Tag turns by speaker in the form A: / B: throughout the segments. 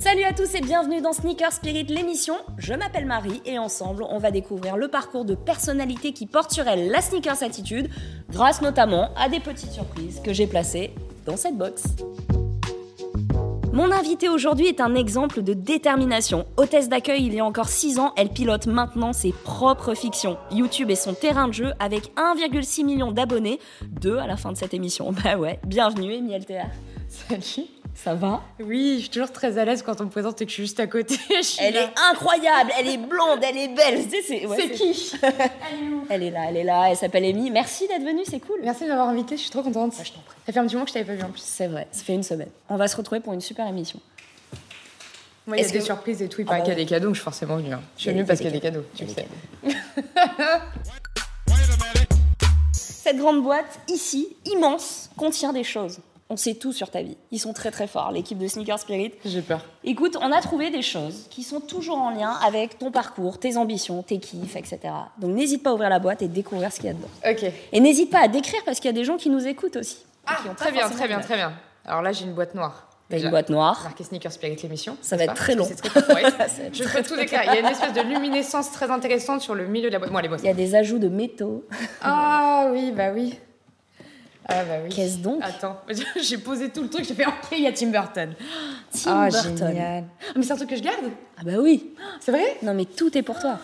A: Salut à tous et bienvenue dans Sneaker Spirit, l'émission. Je m'appelle Marie et ensemble, on va découvrir le parcours de personnalités qui portent sur elles la sneakers attitude, grâce notamment à des petites surprises que j'ai placées dans cette box. Mon invité aujourd'hui est un exemple de détermination. Hôtesse d'accueil il y a encore 6 ans, elle pilote maintenant ses propres fictions. YouTube est son terrain de jeu avec 1,6 million d'abonnés, 2 à la fin de cette émission. Bah ouais, bienvenue Emiel Théard.
B: Salut.
A: Ça va
B: Oui, je suis toujours très à l'aise quand on me présente et que je suis juste à côté. Je suis
A: Elle
B: là.
A: est incroyable, elle est blonde, elle est belle. Tu sais, C'est ouais,
B: C'est
A: c'est-
B: qui
A: Elle est là, elle est là, elle s'appelle Amy. Merci d'être venue, c'est cool.
B: Merci de m'avoir invitée, je suis trop contente.
A: Ouais, Ah, je t'en prie.
B: Ça fait un petit moment que je t'avais pas vu en plus.
A: C'est vrai, ça fait une semaine. On va se retrouver pour une super émission.
B: Moi, il y a
A: Est-ce
B: des
A: que-
B: surprises et tout, il
A: Ah
B: paraît
A: bah
B: qu'il y a
A: oui.
B: des cadeaux, donc je suis forcément venue. hein. Je
A: Il y
B: suis
A: a-
B: venue parce
A: il y
B: qu'il
A: a
B: y
A: des
B: a des cadeaux, tu le sais.
A: Cette grande boîte, ici, immense, contient des choses. On sait tout sur ta vie. Ils sont très très forts, l'équipe de Sneaker Spirit.
B: J'ai peur.
A: Écoute, on a trouvé des choses qui sont toujours en lien avec ton parcours, tes ambitions, tes kiffs, etc. Donc n'hésite pas à ouvrir la boîte et découvrir ce qu'il y a dedans.
B: Ok.
A: Et n'hésite pas à décrire parce qu'il y a des gens qui nous écoutent aussi. et
B: Ah,
A: qui ont pas
B: très bien,
A: forcément
B: très bien,
A: de-
B: très bien. Alors là, j'ai une boîte noire.
A: T'as
B: Déjà.
A: une boîte noire.
B: Marqué Sneaker Spirit l'émission.
A: Ça
B: n'est-ce
A: va être
B: pas
A: très
B: Parce que
A: long.
B: c'est très corporate.
A: Ça va être
B: Je
A: très,
B: peux tout déclarer. Il y a une espèce de luminescence très intéressante sur le milieu de la boîte. Bon, allez, moi.
A: Il y a des ajouts de métaux.
B: Ah oui, bah oui. Ah bah oui.
A: Qu'est-ce donc
B: Attends, j'ai posé tout le truc, j'ai fait OK, il y a Tim Burton.
A: Tim Burton.
B: Ah, mais c'est un truc que je garde
A: Ah bah oui.
B: C'est vrai
A: Non mais tout est pour toi.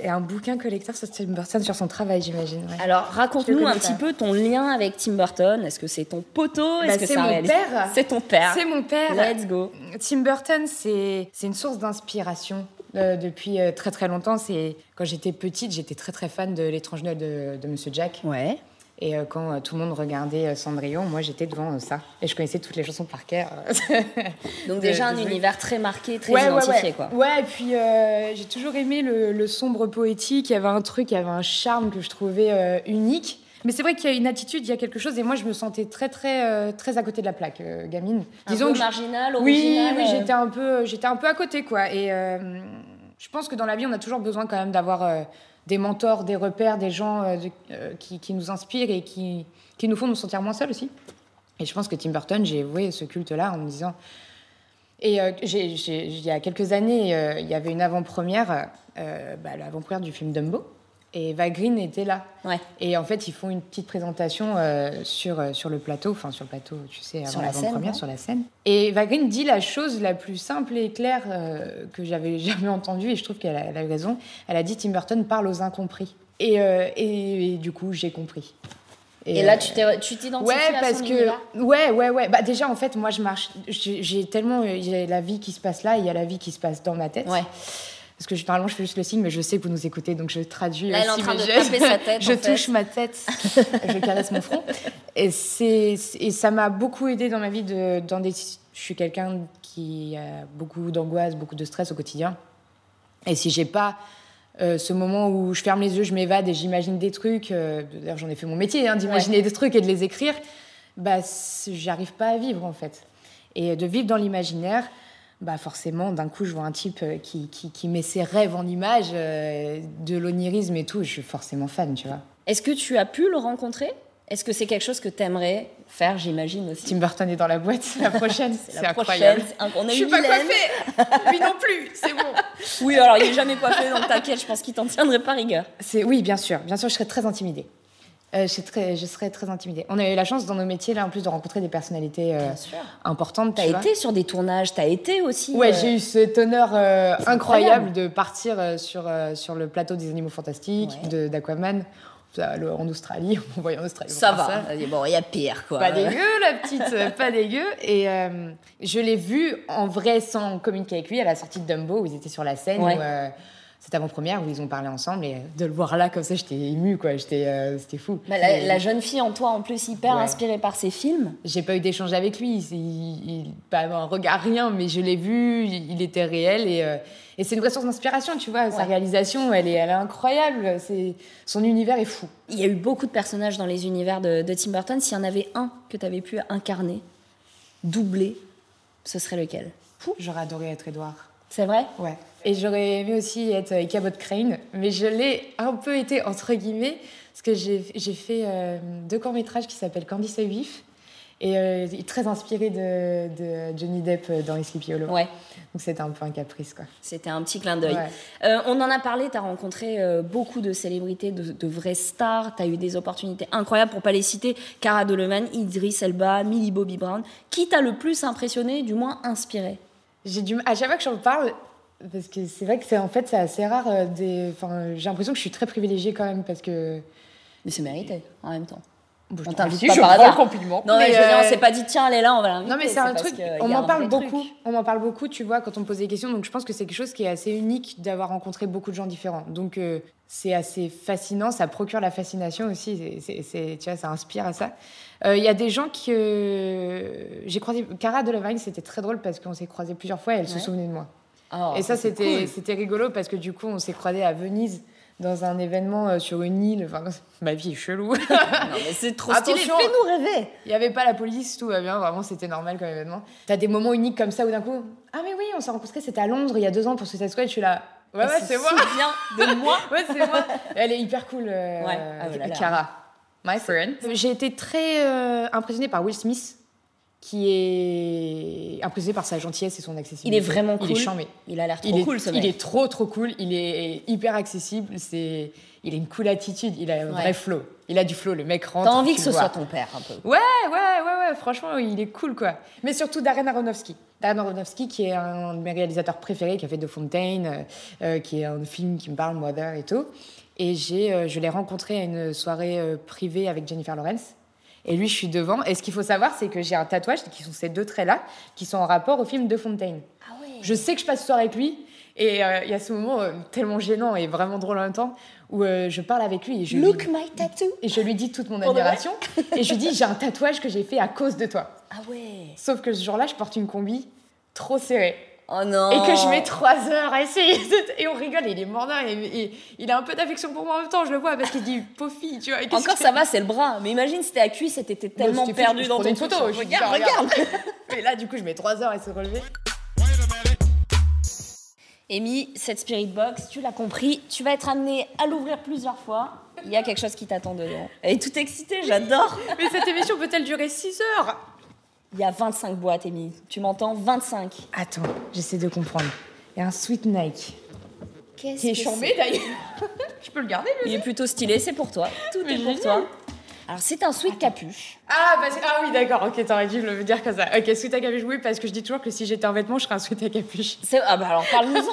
B: Et un bouquin collecteur sur Tim Burton sur son travail, j'imagine. ouais.
A: Alors
B: Je
A: raconte-nous
B: le
A: un
B: connais
A: petit
B: pas.
A: peu ton lien avec Tim Burton. Est-ce que c'est ton poteau Est-ce
B: Bah,
A: que
B: c'est
A: un
B: mon
A: réalisateur
B: père.
A: C'est ton père.
B: C'est mon père.
A: Let's go.
B: Tim Burton, c'est c'est une source d'inspiration euh, depuis euh, très très longtemps. C'est quand j'étais petite, j'étais très très fan de l'étrange Noël de, de Monsieur Jack.
A: Ouais.
B: Et euh, quand euh, tout le monde regardait euh, Cendrillon, moi j'étais devant euh, ça. Et je connaissais toutes les chansons par cœur. euh,
A: Donc
B: De-
A: déjà un
B: de-
A: univers très marqué, très
B: Bah, Ouais, ouais,
A: identifié
B: ouais.
A: quoi.
B: Ouais, et puis euh, j'ai toujours aimé le, le sombre poétique. Il y avait un truc, il y avait un charme que je trouvais euh, unique. Mais c'est vrai qu'il y a une attitude, il y a quelque chose. Et moi, je me sentais très, très, euh, très à côté de la plaque, euh, gamine.
A: Un peu
B: que je-
A: marginal,
B: oui,
A: original.
B: oui,
A: euh,
B: j'étais un peu, j'étais un peu à côté, quoi. Et euh, je pense que dans la vie, on a toujours besoin quand même d'avoir euh, des mentors, des repères, des gens euh, de- euh, qui, qui nous inspirent et qui, qui nous font nous sentir moins seuls aussi. Et je pense que Tim Burton, j'ai voué ce culte-là en me disant. Et euh, j'ai- j'ai- il y a quelques années, euh, il y avait une avant-première, euh, bah, l'avant-première du film Dumbo, et Eva Green était là.
A: Ouais.
B: Et en fait, ils font une petite présentation euh, sur, euh, sur le plateau, enfin sur le plateau, tu sais,
A: Sur
B: avant
A: la scène,
B: l'avant-première,
A: ouais.
B: sur la scène. Et Vagrine dit la chose la plus simple et claire euh, que j'avais jamais entendue, et je trouve qu'elle a, elle a eu raison. Elle a dit Tim Burton parle aux incompris. Et, euh, et- et du coup, j'ai compris.
A: Et,
B: euh,
A: là tu t'es- tu t'identifies
B: Ouais,
A: à
B: parce
A: son
B: que.
A: univers
B: Ouais, ouais, ouais. Bah, déjà, en fait, moi, je marche. J'ai j'ai tellement. Il y a la vie qui se passe là, et il y a la vie qui se passe dans ma tête.
A: Ouais.
B: Parce que généralement, je fais juste le signe, mais je sais que vous nous écoutez, donc je traduis. euh,
A: Là, elle est en
B: aussi
A: train
B: mes
A: de
B: gestes.
A: taper sa tête,
B: je
A: en fait.
B: touche ma tête, je caresse mon front. Et, c'est, et ça m'a beaucoup aidé dans ma vie. De, dans des, je suis quelqu'un qui a beaucoup d'angoisse, beaucoup de stress au quotidien. Et si j'ai pas euh, ce moment où je ferme les yeux, je m'évade et j'imagine des trucs, euh, d'ailleurs, j'en ai fait mon métier, hein, d'imaginer des trucs et de les écrire, bah, c'est- j'arrive pas à vivre en fait. Et de vivre dans l'imaginaire, bah forcément, d'un coup, je vois un type euh, qui, qui, qui met ses rêves en image, euh, de l'onirisme et tout, je suis forcément fan, tu vois.
A: Est-ce que tu as pu le rencontrer Est-ce que c'est quelque chose que t'aimerais faire, j'imagine aussi
B: Tim Burton est dans la boîte, la prochaine, c'est
A: La
B: incroyable.
A: prochaine, c'est inc- on a
B: Je
A: eu
B: suis pas
A: Mylène.
B: coiffée Lui non plus, c'est bon
A: Oui, alors il est jamais coiffé, donc t'inquiète, je pense qu'il t'en tiendrait pas rigueur.
B: C'est oui, bien sûr, bien sûr, je serais très intimidée. Euh, je, serais très, je serais très intimidée. On a eu la chance dans nos métiers là, en plus de rencontrer des personnalités euh,
A: sûr.
B: importantes.
A: T'as
B: tu vois.
A: été sur des tournages, t'as été aussi.
B: Ouais,
A: euh,
B: j'ai eu cet honneur euh,
A: C'est
B: incroyable de partir euh, sur, euh, sur le plateau des Animaux Fantastiques,
A: Ouais.
B: de- d'Aquaman, ça, le- en Australie. On voyait en Australie.
A: Ça
B: on fait
A: va. Bon, il y a pire, quoi.
B: Pas dégueu, la petite, euh, pas dégueu. Et euh, je l'ai vu en vrai sans communiquer avec lui à la sortie de Dumbo où ils étaient sur la scène.
A: Ouais.
B: où, euh, cette avant-première où ils ont parlé ensemble et euh, de le voir là comme ça, j'étais émue quoi. J'étais, euh, c'était fou.
A: Bah, la,
B: Mais
A: la jeune fille en toi, en plus, hyper
B: Ouais.
A: inspirée par ses films.
B: J'ai pas eu d'échange avec lui, c'est- il, il- pas un regard, rien, mais je l'ai vu, il, il était réel et, euh, et c'est une vraie source d'inspiration, tu vois.
A: Ouais.
B: Sa réalisation, elle est, elle est incroyable, c'est, son univers est fou.
A: Il y a eu beaucoup de personnages dans les univers de, de Tim Burton. S'il y en avait un que t'avais pu incarner, doubler, ce serait lequel
B: J'aurais adoré être Edouard.
A: C'est vrai
B: Ouais. Et j'aurais aimé aussi être euh, Cabot Crane, mais je l'ai un peu été entre guillemets, parce que j'ai j'ai fait euh, deux courts-métrages qui s'appellent Candice et Vif Et euh, il est très inspiré de, de Johnny Depp dans Les Sleepy Hollow.
A: Ouais.
B: Donc c'était un peu un caprice, quoi.
A: C'était un petit clin d'œil.
B: Ouais.
A: Euh, on en a parlé, tu as rencontré euh, beaucoup de célébrités, de, de vraies stars, tu as eu des opportunités incroyables pour pas les citer, Cara Delevingne, Idris Elba, Millie Bobby Brown. Qui t'a le plus impressionné, du moins inspiré
B: J'ai du... À chaque fois que j'en parle, parce que c'est vrai que c'est en fait c'est assez rare. euh, des... enfin, j'ai l'impression que je suis très privilégiée quand même parce que.
A: Mais c'est mérité en même temps.
B: Bon,
A: On
B: je
A: t'invite
B: remercie,
A: pas
B: je
A: par
B: prends le
A: hasard.
B: compliment.
A: Non, mais, je veux dire, on
B: euh,
A: s'est pas dit, tiens, elle est là, on va l'inviter.
B: Non, mais c'est un
A: parce
B: truc,
A: que, euh,
B: on
A: y a un
B: m'en parle
A: vrai truc.
B: beaucoup. On m'en parle beaucoup, tu vois, quand on me pose des questions. Donc je pense que c'est quelque chose qui est assez unique d'avoir rencontré beaucoup de gens différents. Donc euh, c'est assez fascinant, ça procure la fascination aussi. c'est- c'est- c'est- tu vois, ça inspire à ça. Euh, Il y a des gens que j'ai croisé. Cara Delevingne, c'était très drôle parce qu'on s'est croisés plusieurs fois et elle se
A: Ouais.
B: souvenait de moi.
A: Oh,
B: Et ça,
A: c'est
B: c'était
A: cool.
B: c'était rigolo parce que du coup, on s'est croisés à Venise dans un événement euh, sur une île. Enfin, ma vie est
A: Non,
B: chelou.
A: mais c'est trop stylé.
B: Attention.
A: Fais-nous rêver.
B: Il n'y avait pas la police, tout va bien. Vraiment, c'était normal comme événement. T'as des moments uniques comme ça où d'un coup, ah mais oui, on s'est rencontrés, c'était à Londres il y a deux ans pour Suicide Squad. Je suis là, ouais, ouais, Ah, c'est moi.
A: bien de moi.
B: Ouais, c'est moi. Elle est hyper cool, euh,
A: Ouais. Ah, voilà, là.
B: Cara. My friend. J'ai été très euh, impressionnée par Will Smith, qui est impressionné par sa gentillesse et son accessibilité.
A: Il est vraiment
B: Il est
A: cool.
B: charmé.
A: Il a l'air trop
B: Il est,
A: cool, ce mec.
B: il est trop trop cool, il est hyper accessible, c'est il a une cool attitude, il a un
A: Ouais.
B: vrai flow. Il a du flow, le mec rentre.
A: T'as envie
B: tu
A: que ce
B: le vois.
A: soit ton père, un peu.
B: Ouais, ouais, ouais, ouais, franchement, il est cool, quoi. Mais surtout Darren Aronofsky. Darren Aronofsky, qui est un de mes réalisateurs préférés, qui a fait The Fontaine, euh, euh, qui est un film qui me parle, Mother et tout. Et j'ai, euh, je l'ai rencontré à une soirée euh, privée avec Jennifer Lawrence. Et lui, je suis devant. Et ce qu'il faut savoir, c'est que j'ai un tatouage, qui sont ces deux traits-là, qui sont en rapport au film De Fontaine.
A: Ah ouais.
B: Je sais que je passe soir avec lui. Et euh, il y a ce moment euh, tellement gênant et vraiment drôle en même temps, où euh, je parle avec lui et je lui
A: Look my tattoo.
B: et je lui dis toute mon
A: Pour de vrai
B: admiration. et je lui dis, j'ai un tatouage que j'ai fait à cause de toi.
A: Ah ouais.
B: Sauf que ce jour-là, je porte une combi trop serrée.
A: Oh non.
B: Et que je mets trois heures à essayer. de- Et on rigole, et il est mort d'un, et, et il a un peu d'affection pour moi en même temps, je le vois, parce qu'il dit, pauvre fille, tu vois. qu'est-ce
A: Encore
B: que-
A: ça va, c'est le bras. Mais imagine, c'était à cuisse et t'étais
B: Moi,
A: tellement
B: c'était fou,
A: perdu
B: je
A: dans ton
B: prenais une
A: truc.
B: photo, je dis,
A: Regarde,
B: regarde.
A: regarde.
B: Et là, du coup, je mets trois heures à se relever.
A: Amy, cette spirit box, tu l'as compris, tu vas être amenée à l'ouvrir plusieurs fois. Il y a quelque chose qui t'attend dedans. Elle est toute excitée, j'adore.
B: Mais cette émission peut-elle durer six heures
A: Il y a 25 boîtes, Amy. Tu m'entends 25.
B: Attends, j'essaie de comprendre. Il y a un sweet Nike.
A: Qu'est-ce
B: Qui est
A: que
B: chambé d'ailleurs. je peux le garder, lui
A: c'est Il est plutôt stylé, c'est pour toi. Tout est pour toi. Alors, c'est un sweat capuche.
B: Ah, parce- ah oui, d'accord, ok, t'aurais dû me le dire comme ça. Ok, sweat à capuche, oui, parce que je dis toujours que si j'étais en vêtement, je serais un sweat à capuche.
A: C'est- Ah bah alors, parle-nous-en.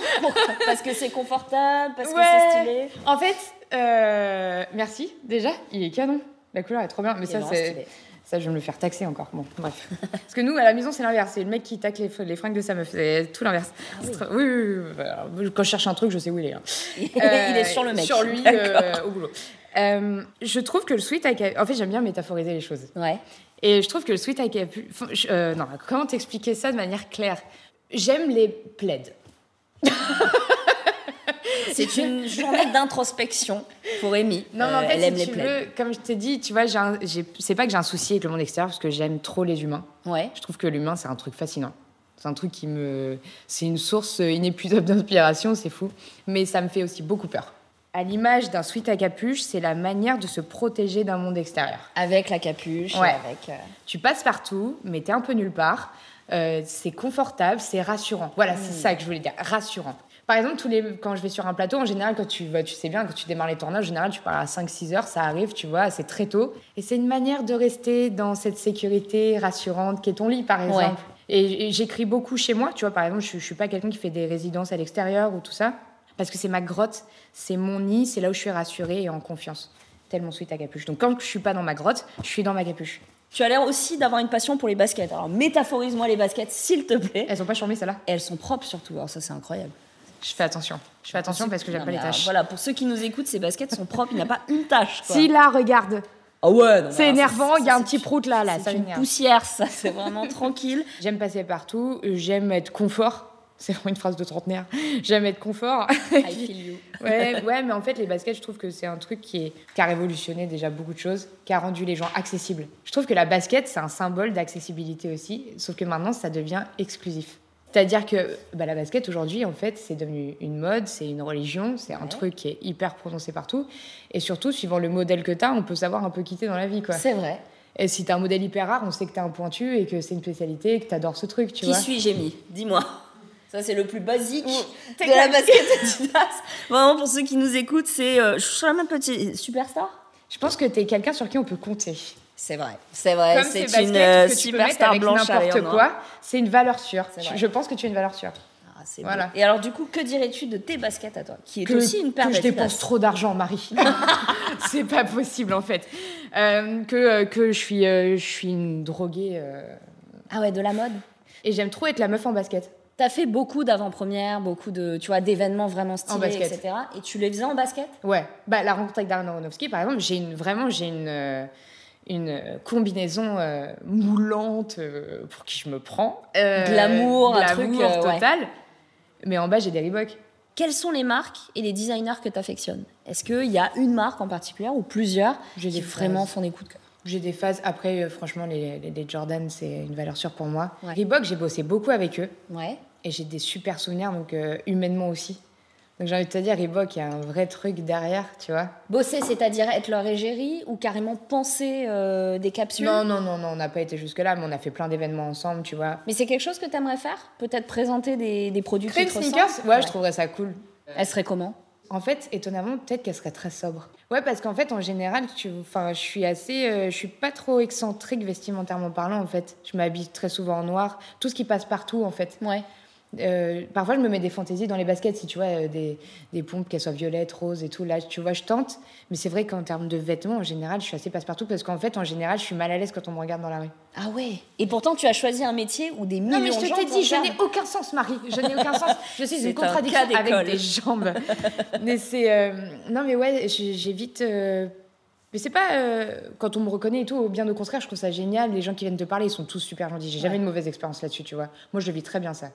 A: parce que c'est confortable, parce que
B: Ouais.
A: c'est stylé.
B: En fait, euh, merci déjà, il est canon. La couleur est trop bien, mais
A: Il est
B: ça,
A: vraiment stylé.
B: c'est. Ça, je vais me le faire taxer encore. Bon, bref. Parce que nous, à la maison, c'est l'inverse. C'est le mec qui tacle les, fr- les fringues de sa meuf. C'est tout l'inverse.
A: Ah
B: C'est
A: oui.
B: très- oui, oui, oui. Alors, Quand je cherche un truc, je sais où il est. hein.
A: Il
B: Euh,
A: est sur le mec.
B: Sur lui, euh, au boulot. Euh, je trouve que le sweat à capuche. En fait, j'aime bien métaphoriser les choses.
A: Ouais.
B: Et je trouve que le sweat à capuche. Enfin, je- euh, non, comment t'expliquer ça de manière claire J'aime les plaids.
A: C'est une journée d'introspection pour Amy.
B: Non, mais
A: Euh,
B: en fait,
A: elle
B: si
A: aime les
B: tu
A: plaies.
B: veux, comme je t'ai dit, tu vois, j'ai un- j'ai- c'est pas que j'ai un souci avec le monde extérieur parce que j'aime trop les humains.
A: Ouais.
B: Je trouve que l'humain, c'est un truc fascinant. C'est un truc qui me. C'est une source inépuisable d'inspiration, c'est fou. Mais ça me fait aussi beaucoup peur. À l'image d'un sweat à capuche, c'est la manière de se protéger d'un monde extérieur.
A: Avec la capuche.
B: Ouais.
A: Avec. euh,
B: Tu passes partout, mais t'es un peu nulle part. Euh, c'est confortable, c'est rassurant. Voilà, c'est ça que je voulais dire, rassurant. Par exemple, tous les, quand je vais sur un plateau, en général, quand tu vas, tu sais bien, quand tu démarres les tournages, en général, tu parles à 5-6 heures, ça arrive, tu vois, c'est très tôt. Et c'est une manière de rester dans cette sécurité rassurante qu'est ton lit, par exemple. Et, et j'écris beaucoup chez moi, tu vois, par exemple, je, je suis pas quelqu'un qui fait des résidences à l'extérieur ou tout ça, parce que c'est ma grotte, c'est mon nid, c'est là où je suis rassurée et en confiance. Tellement suite à capuche. Donc quand je suis pas dans ma grotte, je suis dans ma capuche.
A: Tu as l'air aussi d'avoir une passion pour les baskets. Alors métaphorise-moi les baskets, s'il te plaît.
B: Elles sont pas chambées, celles-là
A: Et elles sont propres surtout. Alors ça, c'est incroyable.
B: Je fais attention. Je fais attention parce que j'aime
A: Non,
B: pas les
A: mais euh, alors,
B: taches.
A: Voilà, pour ceux qui nous écoutent, ces baskets sont propres. Il n'y a pas une tache. quoi.
B: Si, là, regarde.
A: Ah ouais. non, mais
B: C'est
A: alors,
B: énervant,
A: ça,
B: il y a
A: ça,
B: un
A: c'est
B: petit prout là, là. ça
A: C'est une
B: m'énerve.
A: poussière, ça, c'est vraiment tranquille.
B: J'aime passer partout, j'aime être confort. C'est vraiment une phrase de trentenaire. J'aime être confort.
A: I feel you.
B: ouais, ouais, mais en fait, les baskets, je trouve que c'est un truc qui, est, qui a révolutionné déjà beaucoup de choses, qui a rendu les gens accessibles. Je trouve que la basket, c'est un symbole d'accessibilité aussi, sauf que maintenant, ça devient exclusif. C'est-à-dire que bah, la basket, aujourd'hui, en fait, c'est devenu une mode, c'est une religion, c'est un
A: Ouais.
B: truc qui est hyper prononcé partout. Et surtout, suivant le modèle que tu as, on peut savoir un peu quitter dans la vie, quoi.
A: C'est vrai.
B: Et si t'as un modèle hyper rare, on sait que t'as un pointu et que c'est une spécialité et que t'adores ce truc, tu
A: Qui
B: vois.
A: suis-je, Amy Dis-moi. Ça, c'est le plus basique
B: Ouh,
A: de la basket Adidas. Vraiment, pour ceux qui nous écoutent, c'est. euh, je suis même petit. Superstar
B: Je pense que t'es quelqu'un sur qui on peut compter.
A: C'est vrai, c'est vrai.
B: Comme
A: C'est
B: ces
A: une
B: baskets
A: euh,
B: que tu peux mettre
A: superstar
B: avec
A: blanche à
B: n'importe
A: rayons, hein.
B: quoi. C'est une valeur sûre.
A: C'est
B: Je-
A: vrai.
B: Je pense que tu es une valeur sûre.
A: Ah, c'est beau.
B: Voilà.
A: Et alors, du coup, que dirais-tu de tes baskets à toi Qui est aussi une paire
B: que je
A: d'Adidas.
B: dépense trop d'argent, Marie. c'est pas possible en fait. Euh, que euh, que je suis euh, je suis une droguée euh,
A: Ah ouais, de la mode
B: et j'aime trop être la meuf en basket.
A: T'as fait beaucoup d'avant-premières, beaucoup de, tu vois, d'événements vraiment stylés,
B: En basket.
A: etc. Et tu les faisais en basket
B: Ouais. Bah la rencontre avec Darren Aronofsky par exemple, j'ai une vraiment j'ai une euh, une euh, combinaison euh, moulante euh, pour qui je me prends. Euh,
A: Glamour, un truc,
B: glamour
A: euh, ouais.
B: total. Mais en bas j'ai des Reebok.
A: Quelles sont les marques et les designers que t'affectionnes Est-ce qu'il y a une marque en particulier ou plusieurs
B: J'ai
A: qui
B: des
A: vraiment
B: phases.
A: font des coups de cœur
B: J'ai des phases. Après, euh, franchement, les, les, les Jordan, c'est une valeur sûre pour moi.
A: Ouais.
B: Reebok, j'ai bossé beaucoup avec eux.
A: Ouais.
B: Et j'ai des super souvenirs, donc euh, humainement aussi. Donc j'ai envie de te dire, Reebok, il y a un vrai truc derrière, tu vois.
A: Bosser, c'est-à-dire être leur égérie ou carrément penser euh, des capsules
B: Non, non, non, non, on n'a pas été jusque-là, mais on a fait plein d'événements ensemble, tu vois.
A: Mais c'est quelque chose que t'aimerais faire Peut-être présenter des, des produits
B: Créer
A: qui
B: une
A: te
B: sneakers
A: ressemblent
B: ouais, je trouverais ça cool.
A: Elle serait comment
B: En fait, étonnamment, peut-être qu'elle serait très sobre. Ouais, parce qu'en fait, en général, tu, enfin, je suis assez, euh, je suis pas trop excentrique vestimentairement parlant, en fait. Je m'habille très souvent en noir, tout ce qui passe partout, en fait.
A: Ouais.
B: Euh, parfois, je me mets des fantaisies dans les baskets, si tu vois, euh, des, des pompes, qu'elles soient violettes, roses et tout. Là, tu vois, je tente. Mais c'est vrai qu'en termes de vêtements, en général, je suis assez passe-partout parce qu'en fait, en général, je suis mal à l'aise quand on me regarde dans la rue.
A: Ah ouais. Et pourtant, tu as choisi un métier où des millions
B: Non, mais je
A: de
B: te
A: gens
B: t'ai
A: te
B: dit, je
A: regardent.
B: n'ai aucun sens, Marie. Je n'ai aucun sens. Je suis
A: C'est un
B: une contradiction
A: cas d'école.
B: avec des jambes. mais c'est. euh, Non, mais ouais, j'ai j'ai vite. euh, Mais c'est pas. euh, Quand on me reconnaît et tout, bien au contraire, je trouve ça génial. Les gens qui viennent te parler, ils sont tous super gentils. J'ai jamais
A: Ouais.
B: une mauvaise expérience là-dessus, tu vois. Moi, je vis très bien ça.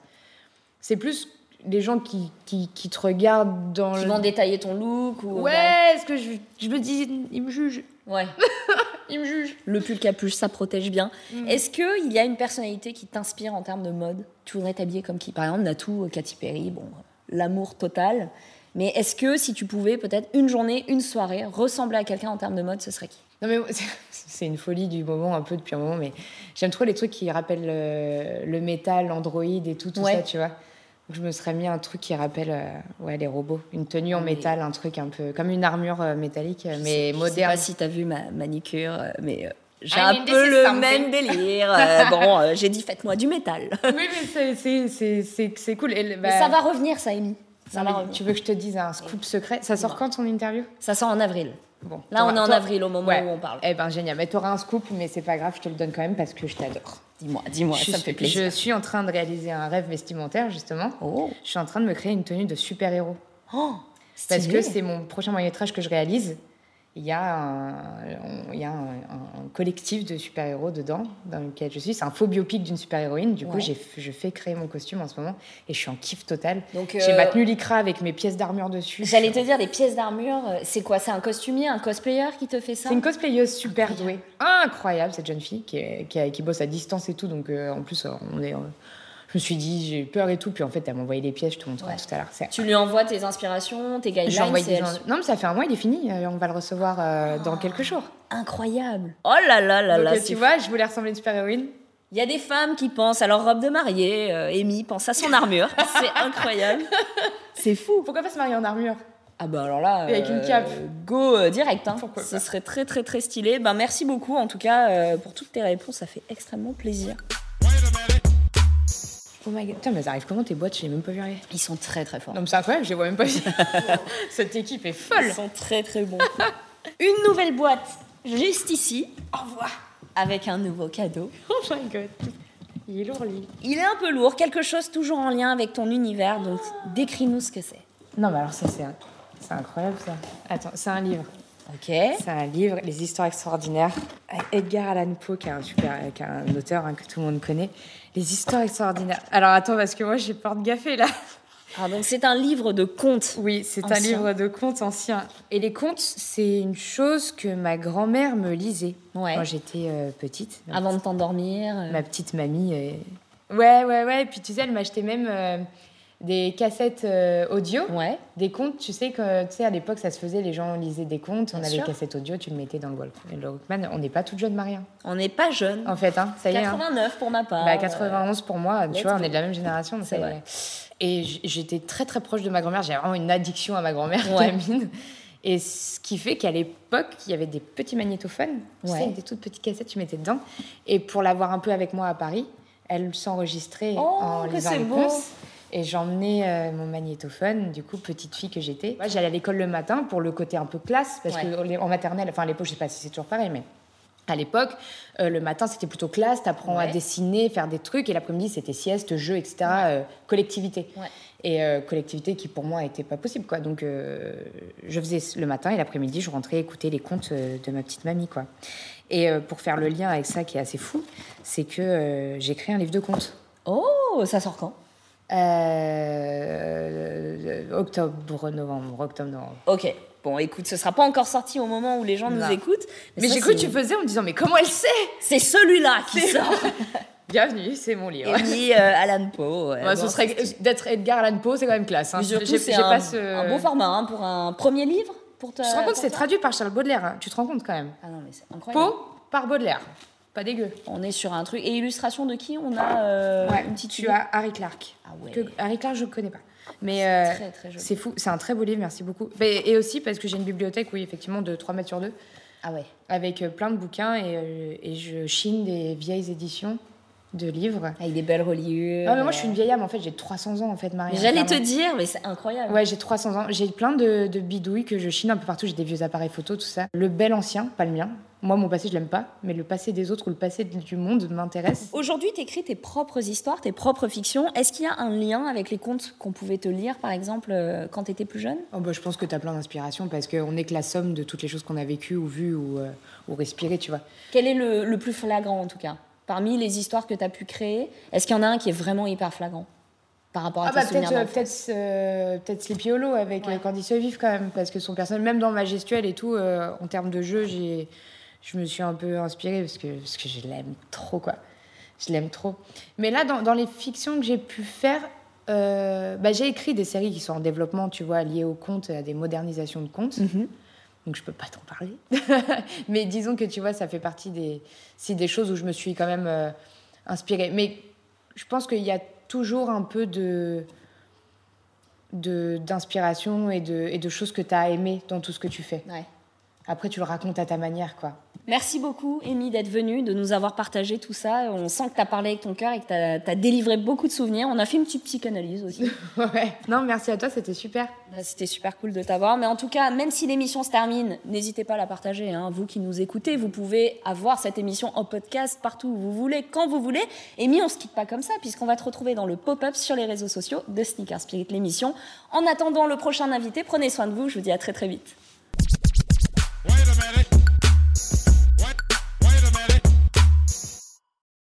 B: C'est plus les gens qui, qui, qui te regardent dans
A: Qui
B: le.
A: vont détailler ton look ou
B: Ouais, est-ce que je, je me dis. Ils me jugent.
A: Ouais.
B: Ils me jugent.
A: Le pull capuche, ça protège bien.
B: Mm.
A: Est-ce que il y a une personnalité qui t'inspire en termes de mode Tu voudrais t'habiller comme qui Par exemple, Natou, euh, Katy Perry, bon, l'amour total. Mais est-ce que si tu pouvais peut-être une journée, une soirée, ressembler à quelqu'un en termes de mode, ce serait qui
B: Non mais c'est- c'est une folie du moment un peu depuis un moment, mais j'aime trop les trucs qui rappellent euh, le, métal, l'android et tout, tout
A: Ouais.
B: ça, tu vois. Donc, Je me serais mis un truc qui rappelle euh, ouais, les robots, une tenue en
A: Mais-
B: métal, un truc un peu comme une armure euh, métallique, euh, mais
A: Je sais-
B: moderne.
A: Je sais pas si t'as vu ma manicure, euh, mais euh, j'ai
B: I
A: un
B: mean, this
A: peu
B: is
A: le
B: something.
A: même délire. Euh, bon, euh, j'ai dit faites-moi du métal.
B: Oui, mais c'est- c'est- c'est- c'est c'est cool. Et le-
A: Bah,
B: bah,
A: Mais ça va revenir, ça, Amy. Ça
B: non,
A: va
B: mais
A: revenir.
B: tu veux que je te dise un scoop secret Ça sort
A: Dis-moi.
B: quand ton interview
A: Ça sort en avril.
B: Bon,
A: Là, on
B: t'auras-
A: est en
B: t'auras-
A: avril au moment
B: Ouais.
A: où on parle.
B: Eh ben génial, mais t'auras un scoop, mais c'est pas grave, je te le donne quand même parce que je t'adore.
A: Dis-moi, dis-moi,
B: Je
A: ça me
B: suis-
A: fait plaisir.
B: Je suis en train de réaliser un rêve vestimentaire justement.
A: Oh,
B: Je suis en train de me créer une tenue de super-héros.
A: oh
B: Parce
A: stylé.
B: que c'est mon prochain moyen-métrage que je réalise. Il y a un, on- il y a un, un- un collectif de super-héros dedans, dans lequel je suis. C'est un faux biopic d'une super-héroïne. Du coup,
A: Ouais.
B: j'ai f- je fais créer mon costume en ce moment et je suis en kiff total.
A: Donc,
B: J'ai
A: euh,
B: ma tenue lycra avec mes pièces d'armure dessus.
A: J'allais te dire, les pièces d'armure, euh, c'est quoi C'est un costumier, un cosplayer qui te fait ça
B: C'est une cosplayeuse super douée. Incroyable, cette jeune fille qui, est- qui, a- qui bosse à distance et tout. Donc, euh, en plus, euh, on est, euh, je me suis dit, j'ai eu peur et tout. Puis en fait, elle m'a envoyé les pièces, je te montrerai
A: Ouais.
B: tout à l'heure. C'est
A: Tu lui envoies tes inspirations, tes guidelines.
B: J'ai envoyé
A: c'est
B: des
A: elle-
B: gens- Non, mais ça fait un mois, il est fini. Euh, On va le recevoir euh, dans quelques jours.
A: Incroyable Oh là là Oh. là
B: Donc,
A: là
B: euh,
A: c'est
B: tu
A: fou.
B: vois, je voulais ressembler à une super-héroïne.
A: Il y a des femmes qui pensent à leur robe de mariée, euh, Amy pense à son armure, c'est incroyable C'est fou
B: Pourquoi pas se marier en armure
A: Ah bah alors là,
B: Et avec une cape.
A: go euh, direct, hein.
B: Pourquoi
A: ce
B: pas.
A: serait très très très stylé. Ben merci beaucoup en tout cas euh, pour toutes tes réponses, ça fait extrêmement plaisir.
B: Oh my god. Putain, mais ça arrive comment tes boîtes Je les ai même pas vu arriver.
A: Ils sont très très forts.
B: Non, mais c'est incroyable, je les vois même pas venir. Cette équipe est folle.
A: Ils sont très très bons. Une nouvelle boîte juste ici. Au revoir. Avec un nouveau cadeau.
B: Oh my god. Il est lourd, lui.
A: Il est un peu lourd, quelque chose toujours en lien avec ton univers, donc décris-nous ce que c'est.
B: Non, mais alors ça, c'est un- c'est incroyable, ça. Attends, c'est un livre.
A: Ok.
B: C'est un livre, Les histoires extraordinaires. avec Edgar Allan Poe, qui est un, super, qui est un auteur hein, que tout le monde connaît. Les histoires extraordinaires. Alors attends, parce que moi, j'ai peur de gaffer, là.
A: Ah, donc c'est un livre de contes.
B: Oui, c'est un
A: Ancien.
B: livre de contes anciens. Et les contes, c'est une chose que ma grand-mère me lisait
A: Ouais.
B: quand j'étais euh, petite. Ma,
A: Avant de t'endormir. euh,
B: ma petite mamie. euh, Ouais, ouais, ouais. Et puis tu sais, elle m'achetait même euh, des cassettes euh, audio,
A: Ouais.
B: des contes. Tu sais que, tu sais, à l'époque, ça se faisait, les gens lisaient des contes. On
A: Bien
B: avait
A: sûr.
B: des cassettes audio, tu le mettais dans le Walk- le Walkman. On n'est pas toutes jeunes, Maria.
A: On n'est pas jeune.
B: En fait, hein, ça y est. hein.
A: 89 pour ma part.
B: Bah, 91 pour moi,
A: let's
B: tu vois, on
A: go.
B: est de la même génération.
A: euh, C'est vrai.
B: Et j- j'étais très très proche de ma grand-mère. J'avais vraiment une addiction à ma grand-mère,
A: Ouais.
B: Camille. Et ce qui fait qu'à l'époque, il y avait des petits magnétophones, tu
A: Ouais.
B: sais, avec des toutes petites cassettes, tu mettais dedans. Et pour l'avoir un peu avec moi à Paris, elle s'enregistrait
A: Oh,
B: en
A: que
B: lisant
A: c'est
B: les
A: beau.
B: contes. Et j'emmenais euh, mon magnétophone, du coup, petite fille que j'étais. Moi, J'allais à l'école le matin pour le côté un peu classe, parce
A: Ouais.
B: que les- en maternelle, enfin à l'époque, je sais pas si c'est toujours pareil, mais à l'époque, euh, le matin, c'était plutôt classe, t'apprends à
A: Ouais.
B: dessiner, faire des trucs, et l'après-midi, c'était sieste, jeu, etc., euh, collectivité.
A: Ouais.
B: Et euh, collectivité qui, pour moi, n'était pas possible, quoi. Donc, euh, je faisais le matin, et l'après-midi, je rentrais écouter les contes euh, de ma petite mamie, quoi. Et euh, pour faire le lien avec ça, qui est assez fou, c'est que euh, j'ai créé un livre de contes.
A: Oh, ça sort quand
B: Euh, octobre, novembre, octobre, novembre.
A: Ok. Bon, écoute, ce sera pas encore sorti au moment où les gens nous
B: Non.
A: écoutent.
B: Mais
A: ça,
B: j'ai cru que
A: c'est-
B: tu faisais en me disant, mais comment elle sait
A: C'est celui-là qui sort.
B: Bienvenue, c'est mon livre.
A: Émis euh, Alan Poe. ouais.
B: Ouais,
A: Bon,
B: ce serait d'être Edgar Allan Poe, c'est quand même classe. Hein.
A: Mais surtout,
B: J'ai-
A: c'est
B: j'ai
A: un,
B: pas ce-
A: un bon format hein, pour un premier livre. Pour te,
B: Tu te rends compte,
A: pour
B: c'est
A: toi
B: traduit par Charles Baudelaire. hein. Tu te rends compte quand même.
A: Ah non, mais c'est incroyable.
B: Poe par Baudelaire, pas dégueu.
A: On est sur un truc. Et illustration de qui On a euh,
B: ouais,
A: une petite
B: tu
A: idée
B: as Harry Clark.
A: Ah ouais.
B: Que- Harry Clark, je ne connais pas. Mais euh,
A: Très, très joli.
B: c'est fou, c'est un très beau livre, merci beaucoup. Mais- et aussi parce que j'ai une bibliothèque, oui, effectivement, de 3 mètres sur 2,
A: Ah ouais.
B: avec euh, plein de bouquins et, euh, et je chine des vieilles éditions de livres.
A: Avec des belles reliures.
B: Ah, mais moi, je suis une vieille âme, en fait, j'ai 300 ans, en fait, Maria.
A: Mais Euh, J'allais te
B: clairement.
A: dire, mais c'est incroyable.
B: Ouais, j'ai 300 ans. J'ai plein de, de bidouilles que je chine un peu partout. J'ai des vieux appareils photo, tout ça. Le bel ancien, pas le mien. Moi, mon passé, je l'aime pas. Mais le passé des autres ou le passé du monde m'intéresse.
A: Aujourd'hui, tu écris tes propres histoires, tes propres fictions. Est-ce qu'il y a un lien avec les contes qu'on pouvait te lire, par exemple, euh, quand tu étais plus jeune
B: Oh, bah, je pense que tu as plein d'inspiration parce qu'on est que la somme de toutes les choses qu'on a vécues ou vues ou, euh, ou respirées, tu vois.
A: Quel est le, le plus flagrant, en tout cas Parmi les histoires que tu as pu créer, est-ce qu'il y en a un qui est vraiment hyper flagrant par rapport à
B: Ah
A: tes
B: bah
A: souvenirs
B: peut-être euh,
A: d'enfant
B: peut-être euh, peut-être Sleepy Hollow avec
A: Ouais.
B: euh, Candice Vive quand même parce que son personnage même dans ma gestuelle et tout euh, en termes de jeu j'ai je me suis un peu inspirée parce que parce que je l'aime trop quoi je l'aime trop mais là dans, dans les fictions que j'ai pu faire euh, bah, j'ai écrit des séries qui sont en développement tu vois liées aux contes à des modernisations de contes
A: Mhm.
B: donc je peux pas trop parler. mais disons que tu vois, ça fait partie des, c'est des choses où je me suis quand même euh, inspirée. Mais je pense qu'il y a toujours un peu de de- d'inspiration et de, et de choses que tu as aimées dans tout ce que tu fais.
A: Ouais.
B: Après, tu le racontes à ta manière, quoi.
A: Merci beaucoup, Amy, d'être venue, de nous avoir partagé tout ça. On sent que tu as parlé avec ton cœur et que tu as, délivré beaucoup de souvenirs. On a fait une petite psychanalyse aussi.
B: Ouais. Non, merci à toi, c'était super.
A: Bah, C'était super cool de t'avoir. Mais en tout cas, même si l'émission se termine, n'hésitez pas à la partager. hein. Vous qui nous écoutez, vous pouvez avoir cette émission en podcast partout où vous voulez, quand vous voulez. Et mi, on se quitte pas comme ça, puisqu'on va te retrouver dans le pop-up sur les réseaux sociaux de Sneaker Spirit, l'émission. En attendant le prochain invité, prenez soin de vous. Je vous dis à très très vite.